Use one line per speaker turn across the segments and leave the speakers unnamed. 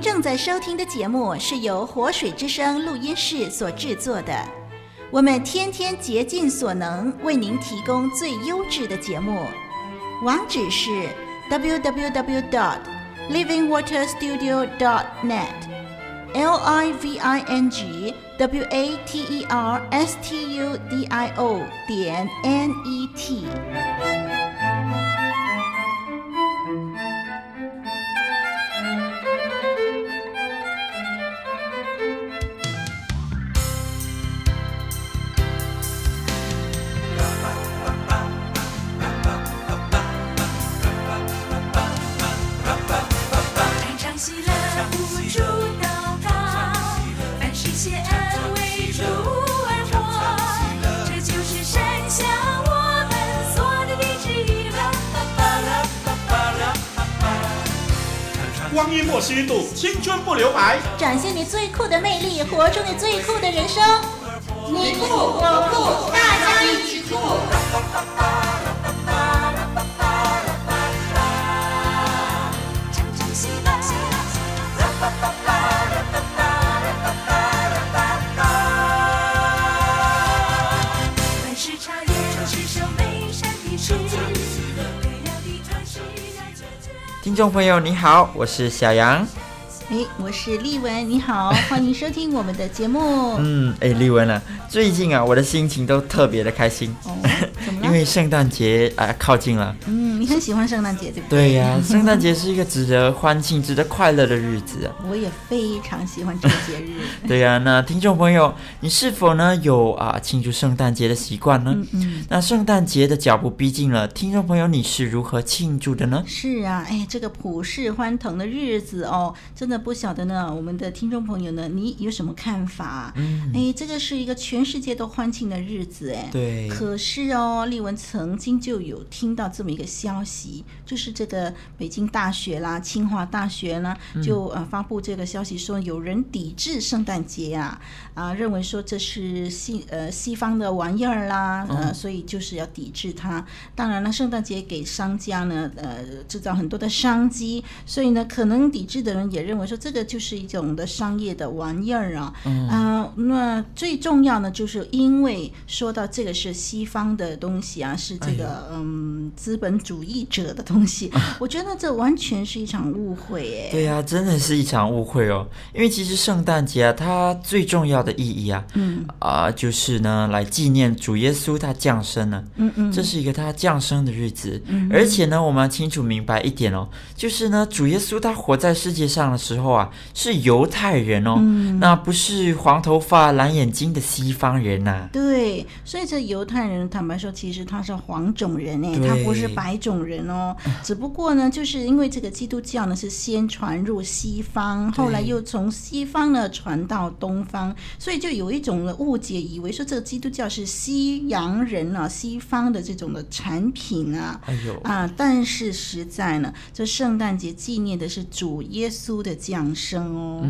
正在收听的节目是由活水之声录音室所制作的，我们天天竭尽所能为您提供最优质的节目。网址是 www dot livingwaterstudio dot net l i v i n g w a t e r s t u d i o 点 n e t。
常常喜乐无助祷告，凡事先安慰主而活，这就是神向我们所的指引。
光阴莫虚度，青春不留白。
展现你最酷的魅力，活出你最酷的人生。你酷我酷，大家一起酷。
常常喜乐。凡事查验，只守每善的事，为了的传世让这这。
听众朋友，你好，我是小杨。
哎，我是丽文，你好，欢迎收听我们的节目。
嗯，哎，丽文啊，最近啊，我的心情都特别的开心，
哦，怎么
因
了？
为圣诞节啊、靠近了。
嗯，你很喜欢圣诞节，对不对？
对 呀、圣诞节是一个值得欢庆、值得快乐的日子啊。
我也非常喜欢这个节日。
对呀、那听众朋友，你是否呢有啊庆祝圣诞节的习惯呢？
嗯，
那圣诞节的脚步逼近了，听众朋友，你是如何庆祝的呢？
是啊，哎，这个普世欢腾的日子哦，真的不晓得呢。我们的听众朋友呢，你有什么看法？嗯，哎，这个是一个全世界都欢庆的日子，哎，
对，
可是哦，丽文曾经就有听到这么一个消息，就是这个北京大学啦、清华大学呢，就呃发布这个消息说，有人抵制圣诞节啊，啊，认为说这是西呃西方的玩意儿啦，呃，所以就是要抵制它。当然了，圣诞节给商家呢，呃，制造很多的商机，所以呢，可能抵制的人也认为说这个就是一种的商业的玩意儿啊。嗯、那最重要呢，就是因为说到这个是西方的东西啊，是这个、嗯资本主义者的东西，我觉得这完全是一场误会哎。
对呀、啊真的是一场误会哦。因为其实圣诞节啊，它最重要的意义啊，嗯啊、就是呢，来纪念主耶稣他降生呢。
嗯嗯，
这是一个他降生的日子，而且呢，我们要清楚明白一点哦，就是呢，主耶稣他活在世界上的时候啊，是犹太人哦，
嗯
那不是黄头发蓝眼睛的西方人呐、
对，所以这犹太人，坦白说，其实他是黄种人哎，他不是
对
白种人哦。只不过呢，就是因为这个基督教呢是先传入西方，后来
对
又从西方呢传到东方，所以就有一种的误解，以为说这个基督教是西洋人啊、西方的这种的产品啊。
哎呦，
啊，但是实在呢，这圣诞节纪念的是主耶稣的降生哦。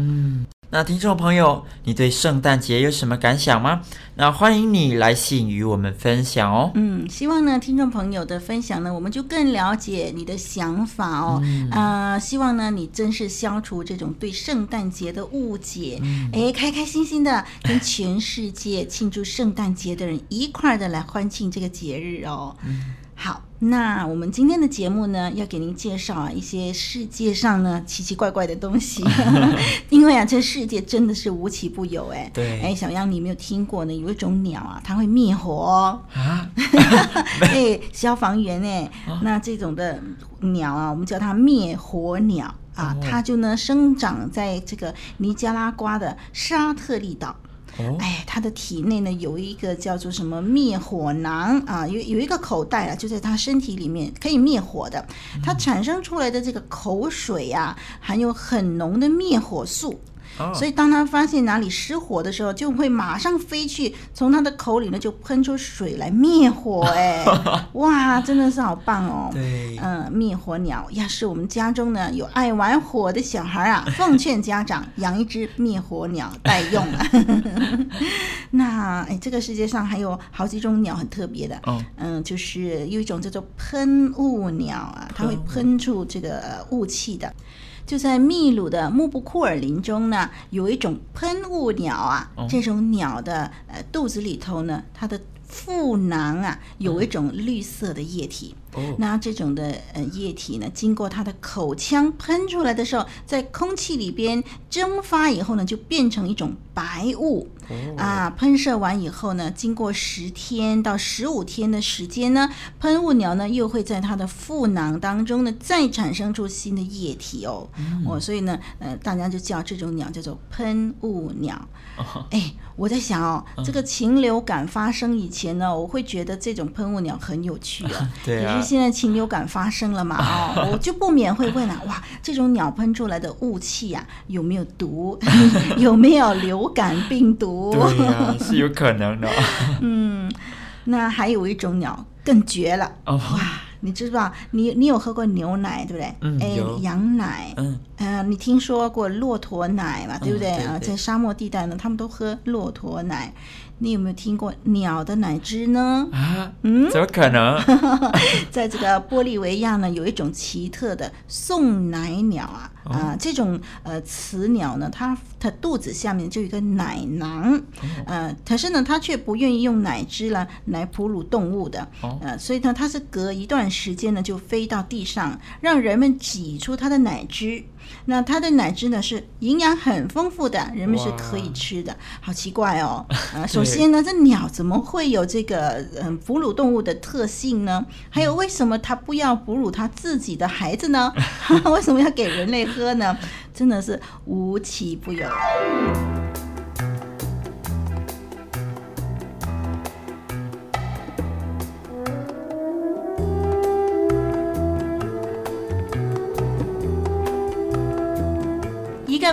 那听众朋友，你对圣诞节有什么感想吗？那欢迎你来信与我们分享哦。
嗯，希望呢，听众朋友的分享呢，我们就更了解你的想法哦。呃，希望呢，你真是消除这种对圣诞节的误解，哎、开开心心的跟全世界庆祝圣诞节的人一块儿的来欢庆这个节日哦。好，那我们今天的节目呢，要给您介绍啊一些世界上呢奇奇怪怪的东西，因为啊，这世界真的是无奇不有哎。
对
哎，小杨，你有没有听过呢？有一种鸟啊，它会灭火哦。
啊，
哎，消防员哎，
哦
那这种的鸟啊，我们叫它灭火鸟啊，
哦
它就呢生长在这个尼加拉瓜的沙特利岛。
哦，
哎，它的体内呢有一个叫做什么灭火囊啊，有有一个口袋啊，就在它身体里面可以灭火的。它
嗯
产生出来的这个口水啊，含有很浓的灭火素。
哦
哎所以，当它发现哪里失火的时候，就会马上飞去，从它的口里呢就喷出水来灭火。 哎，哇，真的是好棒哦！
对，
嗯，灭火鸟。要是我们家中呢有爱玩火的小孩啊，奉劝家长养一只灭火鸟待用啊。 那哎，这个世界上还有好几种鸟很特别的，
哦，
嗯，就是有一种叫做喷雾鸟啊，它会喷出这个呃雾气的。就在秘鲁的穆布库尔林中呢，有一种喷雾鸟啊，这种鸟的呃肚子里头呢，它的腹囊啊有一种绿色的液体。
哦。
那这种的呃液体呢，经过它的口腔喷出来的时候，在空气里边蒸发以后呢，就变成一种白雾。啊，喷射完以后呢，经过十天到十五天的时间呢，喷雾鸟呢又会在它的腹囊当中呢再产生出新的液体哦。哦，所以呢，呃，大家就叫这种鸟叫做喷雾鸟。哎，我在想哦，这个禽流感发生以前呢，我会觉得这种喷雾鸟很有趣啊
对啊
可是现在禽流感发生 了嘛，哦，我就不免会问啊，哇，这种鸟喷出来的雾气啊，有没有毒？ 有没有流感病毒？
对呀、 是有可能的。
那还有一种鸟更绝了，
哦，
你知道你你有喝过牛奶对不对？
嗯
哎
有，
羊奶，
嗯，
呃，你听说过骆驼奶嘛？对不对
对
啊？
对
在沙漠地带呢，他们都喝骆驼奶。你有没有听过鸟的奶汁呢？
啊，
嗯
怎么可能？
在这个玻利维亚呢，有一种奇特的送奶鸟啊啊、这种呃雌鸟呢，它它肚子下面就有一个奶囊，呃，可是呢，它却不愿意用奶汁啦来哺乳动物的，
哦
呃，所以呢，它是隔一段时间呢就飞到地上，让人们挤出它的奶汁。那它的奶汁呢是营养很丰富的，人们是可以
哇
吃的，好奇怪 哦。呃，首先呢，这鸟怎么会有这个嗯哺乳动物的特性呢？还有为什么它不要哺乳它自己的孩子呢？ 为什么要给人类喝呢？真的是无奇不有。一个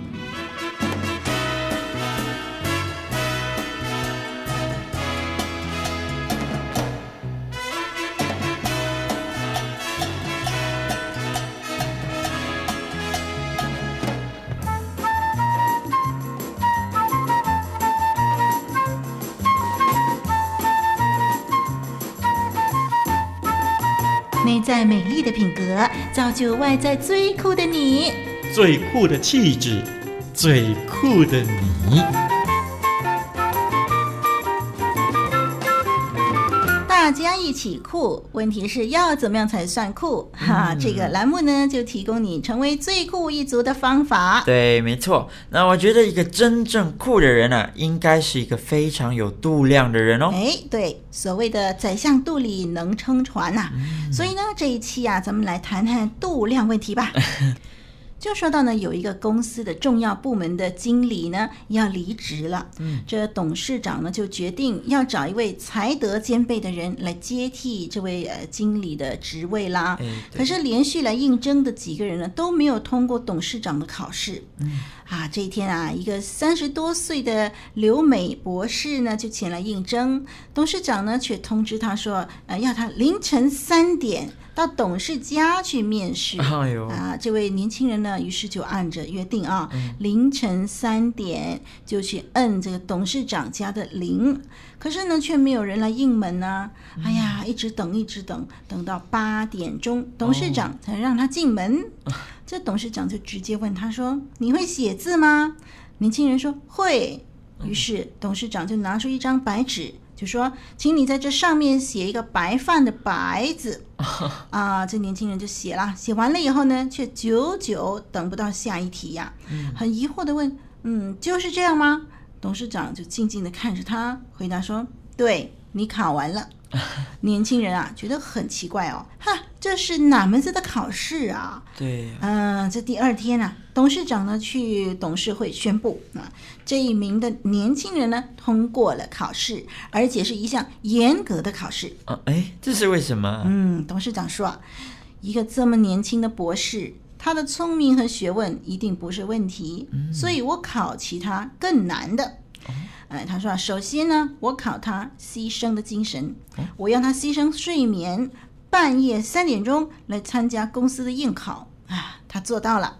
内在美丽的品格，造就外在最酷的你。
最酷的气质，最酷的你。
大家一起酷，问题是要怎么样才算酷？哈，这个栏目呢就提供你成为最酷一族的方法。
对，没错。那我觉得一个真正酷的人啊，应该是一个非常有度量的人哦。
哎，对，所谓的宰相肚里能撑船呐、
嗯
所以呢，这一期啊，咱们来谈谈度量问题 吧。就说到呢，有一个公司的重要部门的经理呢要离职了，
嗯
这董事长呢就决定要找一位才德兼备的人来接替这位呃经理的职位啦。
哎对
可是连续来应征的几个人呢都没有通过董事长的考试。啊，这一天啊，一个三十多岁的留美博士呢就前来应征，董事长呢却通知他说，呃，要他凌晨三点到董事家去面试。
哎呦，
啊，这位年轻人呢，于是就按着约定啊，
嗯
凌晨三点就去摁这个董事长家的铃，可是呢，却没有人来应门呢、
嗯
哎呀，一直等，一直等，等到八点钟，董
哦
事长才让他进门。这董事长就直接问他说：“你会写字吗？”年轻人说：“会。”于是董事长就拿出一张白纸，就说：“请你在这上面写一个白饭的‘白’字。”啊，这年轻人就写了，写完了以后呢，却久久等不到下一题呀、很疑惑的问：“嗯，就是这样吗？”董事长就静静的看着他，回答说：“对你考完了。”年轻人啊，觉得很奇怪哦，哈，这是哪门子的考试啊？
对呀，
嗯，这第二天啊，董事长呢去董事会宣布啊，这一名的年轻人呢通过了考试，而且是一项严格的考试。
啊，哎，这是为什么啊？
嗯，董事长说啊，一个这么年轻的博士，他的聪明和学问一定不是问题，所以我考其他更难的。哎，他说啊，首先呢，我考他牺牲的精神，我要他牺牲睡眠，半夜三点钟来参加公司的应考啊，他做到了。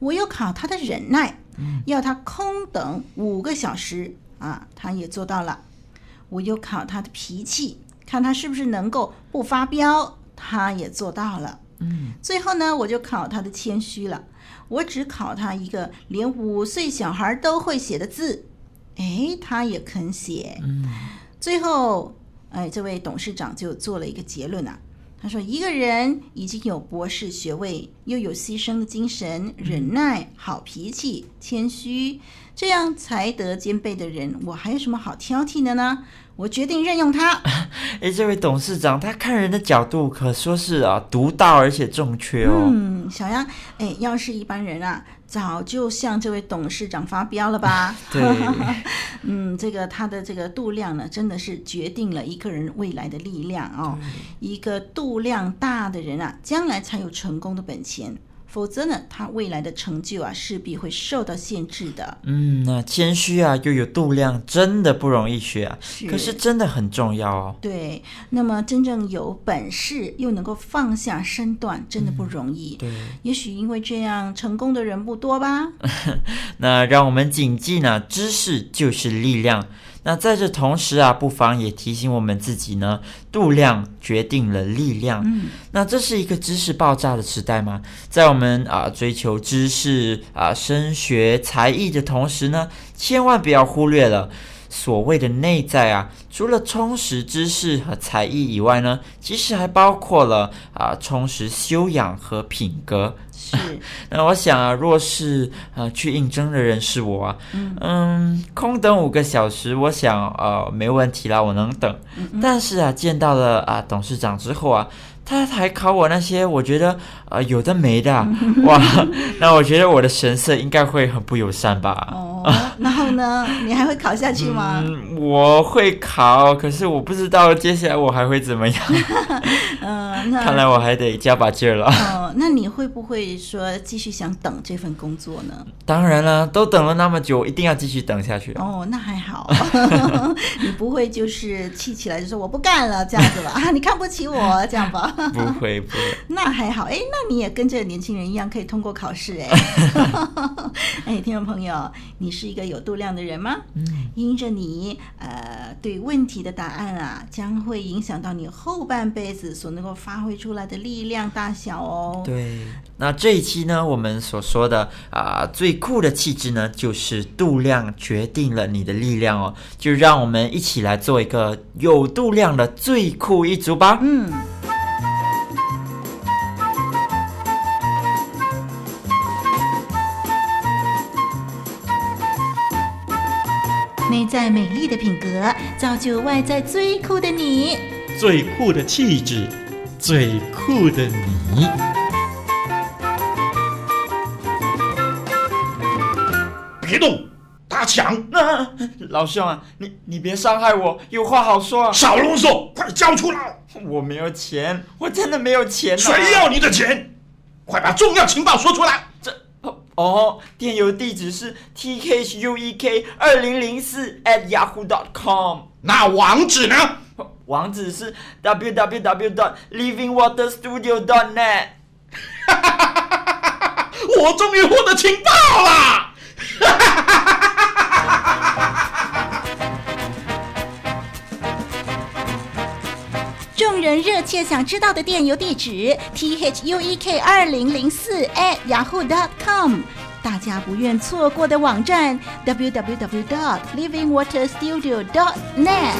我又考他的忍耐，要他空等五个小时啊，他也做到了。我又考他的脾气，看他是不是能够不发飙，他也做到了。嗯，最后呢，我就考他的谦虚了。我只考他一个连五岁小孩都会写的字，哎，他也肯写。最后，哎，这位董事长就做了一个结论啊，他说，一个人已经有博士学位，又有牺牲的精神、忍耐、好脾气、谦虚，这样才德兼备的人，我还有什么好挑剔的呢？我决定任用他。
哎，这位董事长他看人的角度可说是啊独到而且正确哦。
嗯，小杨，哎，要是一般人啊，早就向这位董事长发飙了吧？
对，
嗯，这个他的这个度量呢，真的是决定了一个人未来的力量哦。一个度量大的人啊，将来才有成功的本钱，否则呢，他未来的成就啊，势必会受到限制的。
嗯，那谦虚啊又有度量，真的不容易学啊。
是
可是真的很重要哦。
对，那么真正有本事又能够放下身段，真的不容易。
嗯对，
也许因为这样，成功的人不多 吧。
那让我们谨记呢，知识就是力量。那在这同时啊，不妨也提醒我们自己呢，度量决定了力量。嗯，那这是一个知识爆炸的时代嘛，在我们啊、追求知识啊、升学才艺的同时呢，千万不要忽略了。所谓的内在啊，除了充实知识和才艺以外呢，其实还包括了啊、充实修养和品格。
是。
那我想啊，若是呃去应征的人是我啊，嗯，空等五个小时，我想呃没问题啦，我能等。但是啊，见到了啊、董事长之后啊，他还考我那些我觉得呃有的没的啊、哇，那我觉得我的神色应该会很不友善吧。
哦，然后呢？你还会考下去吗？
嗯，我会考，可是我不知道接下来我还会怎么样。
嗯、
看
那
来我还得加把劲儿了。
哦，那你会不会说继续想等这份工作呢？
当然了，都等了那么久，一定要继续等下 去。
哦，那还好，你不会就是气起来就说我不干了这样子吧？啊，你看不起我这样吧？
不会，不会。
那还好，哎，那你也跟这年轻人一样可以通过考试哎。 哎，听众朋友，你是一个有度量的人吗？嗯，因着你呃对问题的答案啊，将会影响到你后半辈子所能够发挥出来的力量大小哦。
对，那这一期呢，我们所说的啊、最酷的气质呢，就是度量决定了你的力量哦。就让我们一起来做一个有度量的最酷一族吧。
嗯，内在美丽的品格，造就外在最酷的你。
最酷的气质，最酷的你。
别动，打抢！
那、 老兄啊，你你别伤害我，有话好说啊！
少啰嗦，快交出来！
我没有钱，我真的没有钱、啊。
谁要你的钱？快把重要情报说出来！
这哦哦，电邮地址是 t k h u e k 二零零四 at yahoo dot com。
那网址呢？
网址是 www dot livingwaterstudio dot net。
我终于获得情报啦！
众人热切想知道的电邮地址 t h u e k 二零零四 at yahoo dot com，大家不愿错过的网站 w w w dot livingwaterstudio dot net。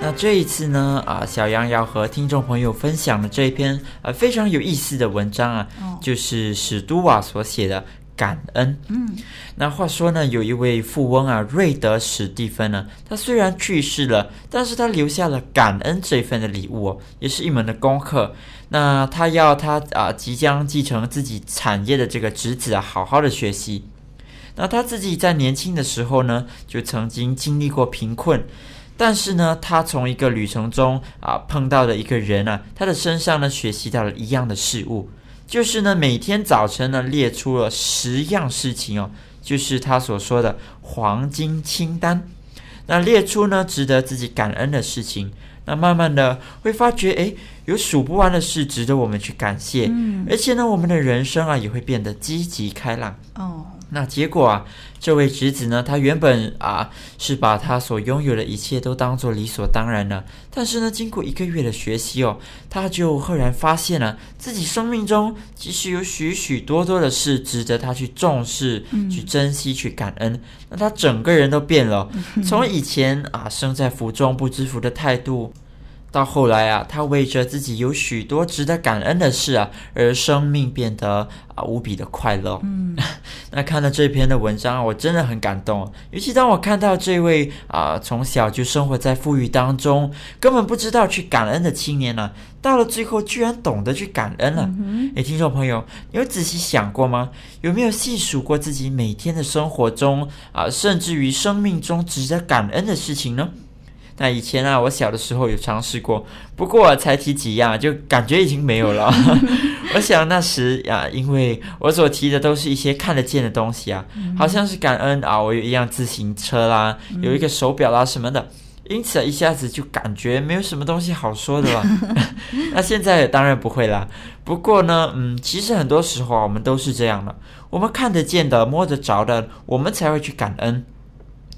那这一次呢，啊、小杨要和听众朋友分享的这一篇呃非常有意思的文章啊，
哦
就是史都瓦所写的《感恩》。
嗯，
那话说呢，有一位富翁啊，瑞德史蒂芬呢，他虽然去世了，但是他留下了感恩这份的礼物哦，也是一门的功课。那他要他啊、即将继承自己产业的这个侄子啊，好好的学习。那他自己在年轻的时候呢，就曾经经历过贫困，但是呢，他从一个旅程中啊碰到的一个人啊，他的身上呢学习到了一样的事物，就是呢每天早晨呢列出了十样事情哦，就是他所说的黄金清单。那列出呢值得自己感恩的事情，那慢慢的会发觉，诶，有数不完的事值得我们去感谢。而且呢，我们的人生啊也会变得积极开朗。
哦，
那结果啊，这位侄子呢，他原本啊是把他所拥有的一切都当做理所当然了，但是呢，经过一个月的学习哦，他就赫然发现了自己生命中其实有许许多多的事值得他去重视、去珍惜、去感恩。那他整个人都变了哦，从以前啊生在福中不知福的态度，到后来啊，他为着自己有许多值得感恩的事啊，而生命变得啊无比的快乐。嗯，那看了这篇的文章啊，我真的很感动。尤其当我看到这位啊从小就生活在富裕当中，根本不知道去感恩的青年呢、啊到了最后居然懂得去感恩了。啊诶，听众朋友，你有仔细想过吗？有没有细数过自己每天的生活中啊，甚至于生命中值得感恩的事情呢？那以前啊，我小的时候有尝试过，不过啊才提几样，就感觉已经没有了。 我想那时啊，因为我所提的都是一些看得见的东西啊，好像是感恩啊，我有一辆自行车啦，有一个手表啦什么的。因此啊，一下子就感觉没有什么东西好说的了。 那现在当然不会啦。不过呢，嗯，其实很多时候啊，我们都是这样的，我们看得见的、摸得着的，我们才会去感恩。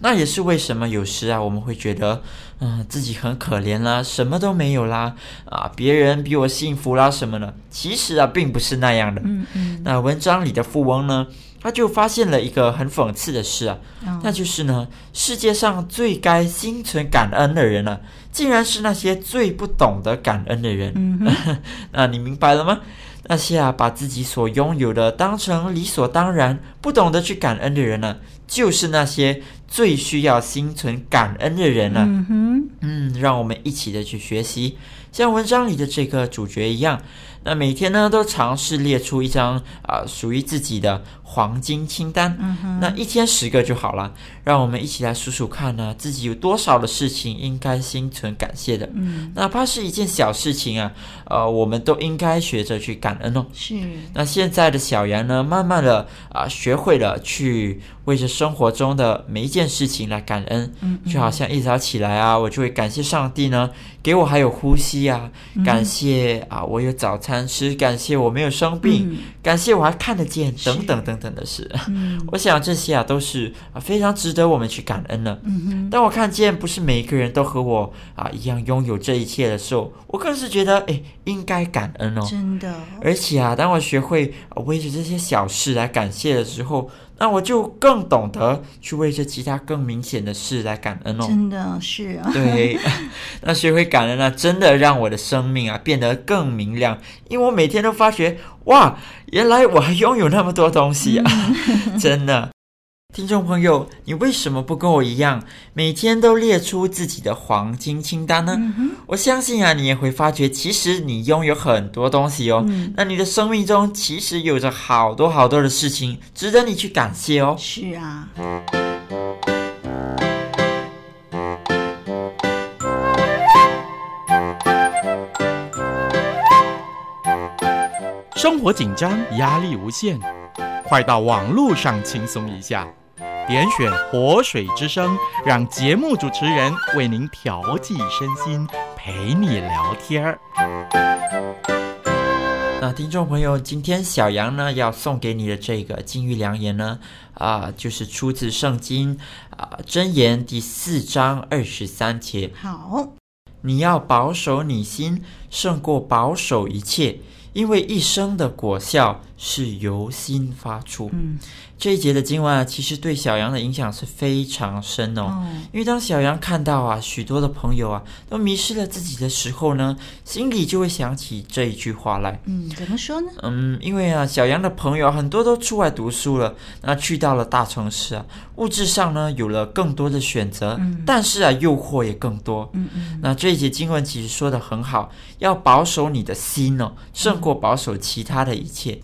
那也是为什么有时啊，我们会觉得，嗯、自己很可怜啦，什么都没有啦，啊，别人比我幸福啦什么的。其实啊，并不是那样的。
嗯嗯，
那文章里的富翁呢，他就发现了一个很讽刺的事啊，
哦
那就是呢，世界上最该心存感恩的人呢、啊竟然是那些最不懂得感恩的人。
嗯
那你明白了吗？那些啊把自己所拥有的当成理所当然，不懂得去感恩的人呢、啊就是那些最需要心存感恩的人呢、
嗯哼，
嗯，让我们一起的去学习，像文章里的这个主角一样，那每天呢都尝试列出一张啊、属于自己的黄金清单，那一天十个就好了。让我们一起来数数看呢，自己有多少的事情应该心存感谢的，
嗯，
哪怕是一件小事情啊，呃，我们都应该学着去感恩哦。
是，
那现在的小杨呢，慢慢的啊、学会了去为着生活中的每一件事情来感恩，
嗯
就好像一早起来啊，我就会感谢上帝呢，给我还有呼吸啊，
嗯
感谢啊、我有早餐吃，感谢我没有生病，
嗯
感谢我还看得见，
是
等等等等的事。
嗯
我想这些啊都是啊非常值得我们去感恩的。
嗯哼，
当我看见不是每一个人都和我啊一样拥有这一切的时候，我更是觉得哎应该感恩哦。
真的，
而且啊，当我学会呃为着这些小事来感谢的时候，那我就更懂得去为着其他更明显的事来感恩哦。
真的是啊，
对，那学会感恩啊，真的让我的生命啊变得更明亮，因为我每天都发觉，哇，原来我还拥有那么多东西啊， 真的。听众朋友，你为什么不跟我一样，每天都列出自己的黄金清单呢？我相信啊，你也会发觉，其实你拥有很多东西哦。那你的生命中其实有着好多好多的事情，值得你去感谢哦。
是啊，
生活紧张，压力无限，快到网络上轻松一下，点选“活水之声”，让节目主持人为您调剂身心，陪你聊天儿。
那听众朋友，今天小杨呢要送给你的这个金玉良言呢，啊、就是出自圣经啊、箴言第四章二十三节，
好，
你要保守你心，胜过保守一切，因为一生的果效是由心发出。
嗯，
这一节的经文啊，其实对小杨的影响是非常深哦。
哦，
因为当小杨看到啊，许多的朋友啊都迷失了自己的时候呢，心里就会想起这一句话来。
嗯，怎么说呢？
嗯，因为啊，小杨的朋友很多都出外读书了，那去到了大城市啊，物质上呢有了更多的选择，但是啊，诱惑也更多。
嗯嗯，
那这一节经文其实说的很好，要保守你的心
嗯
哦，胜过保守其他的一切。
嗯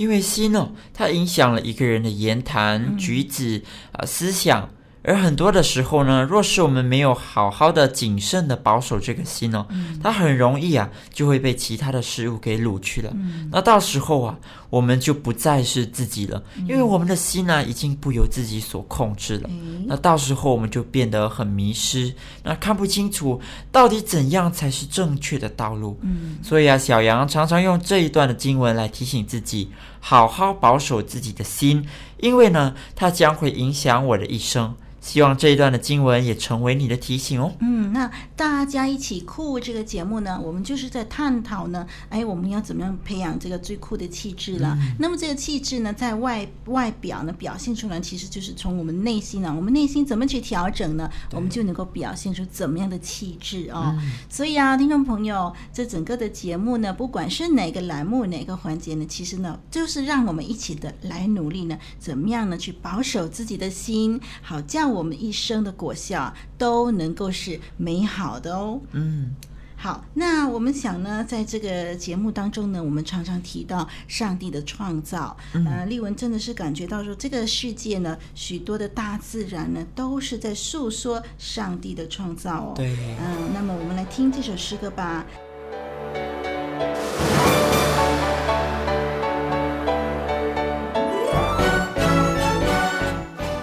因为心哦，它影响了一个人的言谈、举止啊、思想，而很多的时候呢，若是我们没有好好的谨慎的保守这个心哦，
嗯
它很容易啊就会被其他的事物给掳去了。那到时候啊，我们就不再是自己了，因为我们的心呢、已经不由自己所控制了。那到时候我们就变得很迷失，那看不清楚到底怎样才是正确的道路。嗯，所以啊，小杨常常用这一段的经文来提醒自己，好好保守自己的心，因为呢，它将会影响我的一生。希望这一段的经文也成为你的提醒哦。
嗯，那大家一起酷这个节目呢，我们就是在探讨呢，哎，我们要怎么样培养这个最酷的气质了？那么这个气质呢，在外外表呢表现出来，其实就是从我们内心啊呢，我们内心怎么去调整呢？我们就能够表现出怎么样的气质哦。
嗯
所以啊，听众朋友，这整个的节目呢，不管是哪个栏目、哪个环节呢，其实呢，就是让我们一起的来努力呢，怎么样呢，去保守自己的心，好叫我们一生的果效啊都能够是美好的哦。
嗯，
好，那我们想呢，在这个节目当中呢，我们常常提到上帝的创造。
嗯
呃，丽文真的是感觉到说，这个世界呢，许多的大自然呢，都是在诉说上帝的创造哦。
对。
嗯、那么我们来听这首诗歌吧。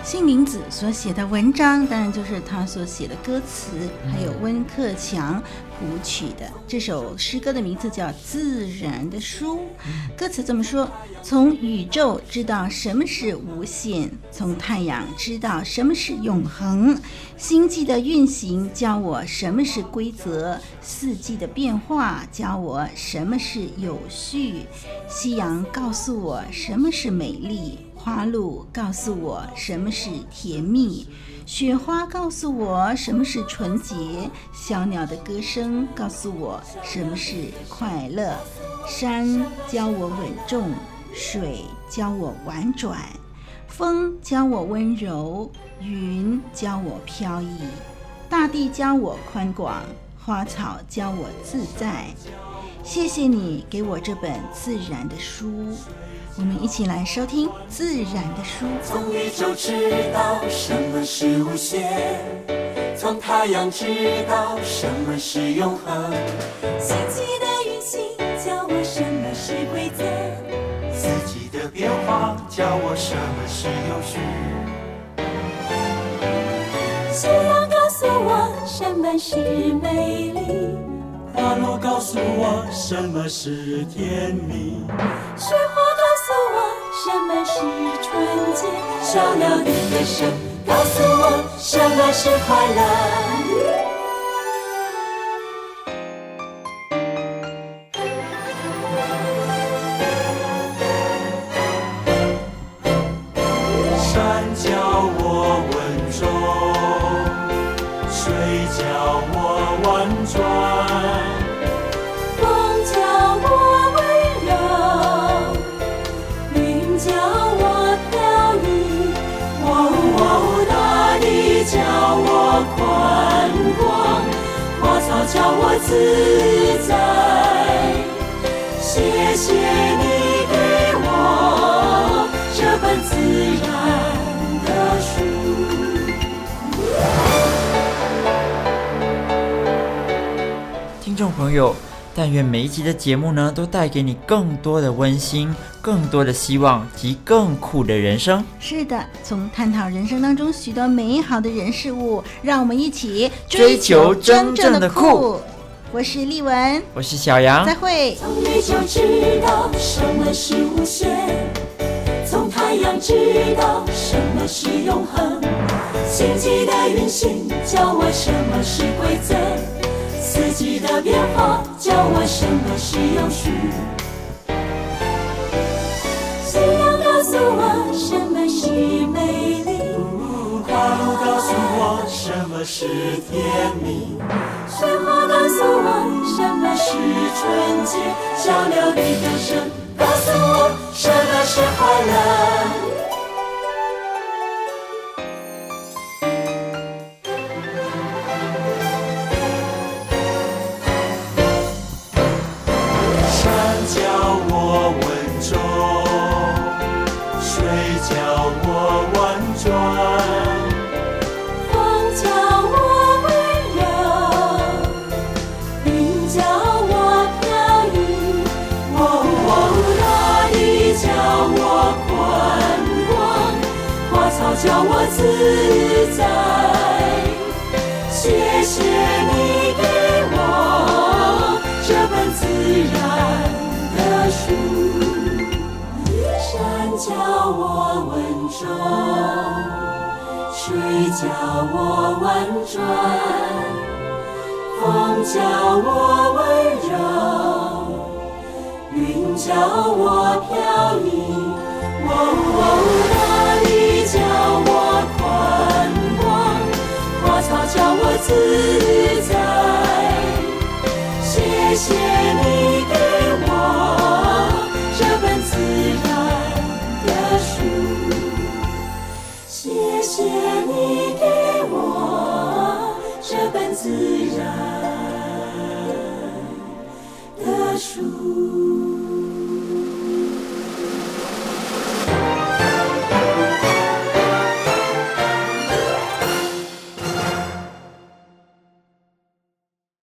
新明子所写的文章，当然就是他所写的歌词，还有温克强谱曲的这首诗歌的名字叫《自然的书》。歌词这么说：从宇宙知道什么是无限，从太阳知道什么是永恒，星际的运行教我什么是规则，四季的变化教我什么是有序，夕阳告诉我什么是美丽。花露告诉我什么是甜蜜，雪花告诉我什么是纯洁，小鸟的歌声告诉我什么是快乐，山教我稳重，水教我婉转，风教我温柔，云教我飘逸，大地教我宽广，花草教我自在。谢谢你给我这本自然的书，我们一起来收听《自然的书》。
从宇宙知道什么是无限，从太阳知道什么是永恒，
星际的运行教我什么是规则，
四季的变化教我什么是有序，
夕阳告诉我什么是美丽，
花露告诉我什么是甜蜜，
雪花告诉我什么是纯洁，小鸟的歌声告诉我什么是快乐。
山教我稳重，水教我婉转。
风教我温柔，云教我飘逸，哦哦，大地教我宽广，花草教我自在。谢谢你给我这本自然的书。
听众朋友，但愿每一集的节目呢，都带给你更多的温馨、更多的希望及更酷的人生。
是的，从探讨人生当中许多美好的人事物，让我们一起
追求真正的酷。
我是丽文，
我是小杨
再，会。
从宇宙知道什么是无限，从太阳知道什么是永恒，星际的运行教我什么是规则，四季的变化教我什么是有序。夕阳告诉我什么是美丽，
花露告诉我什么是甜蜜，
雪花告诉我什么是纯洁，小鸟的歌声告诉我什么是快乐。
山教我稳重，水教我婉转，
叫我自在。谢谢你给我这本自然的书，山教我稳重，水教我婉转，风教我温柔。云教我飘逸，哦哦，大地教我宽广，花草教我自在。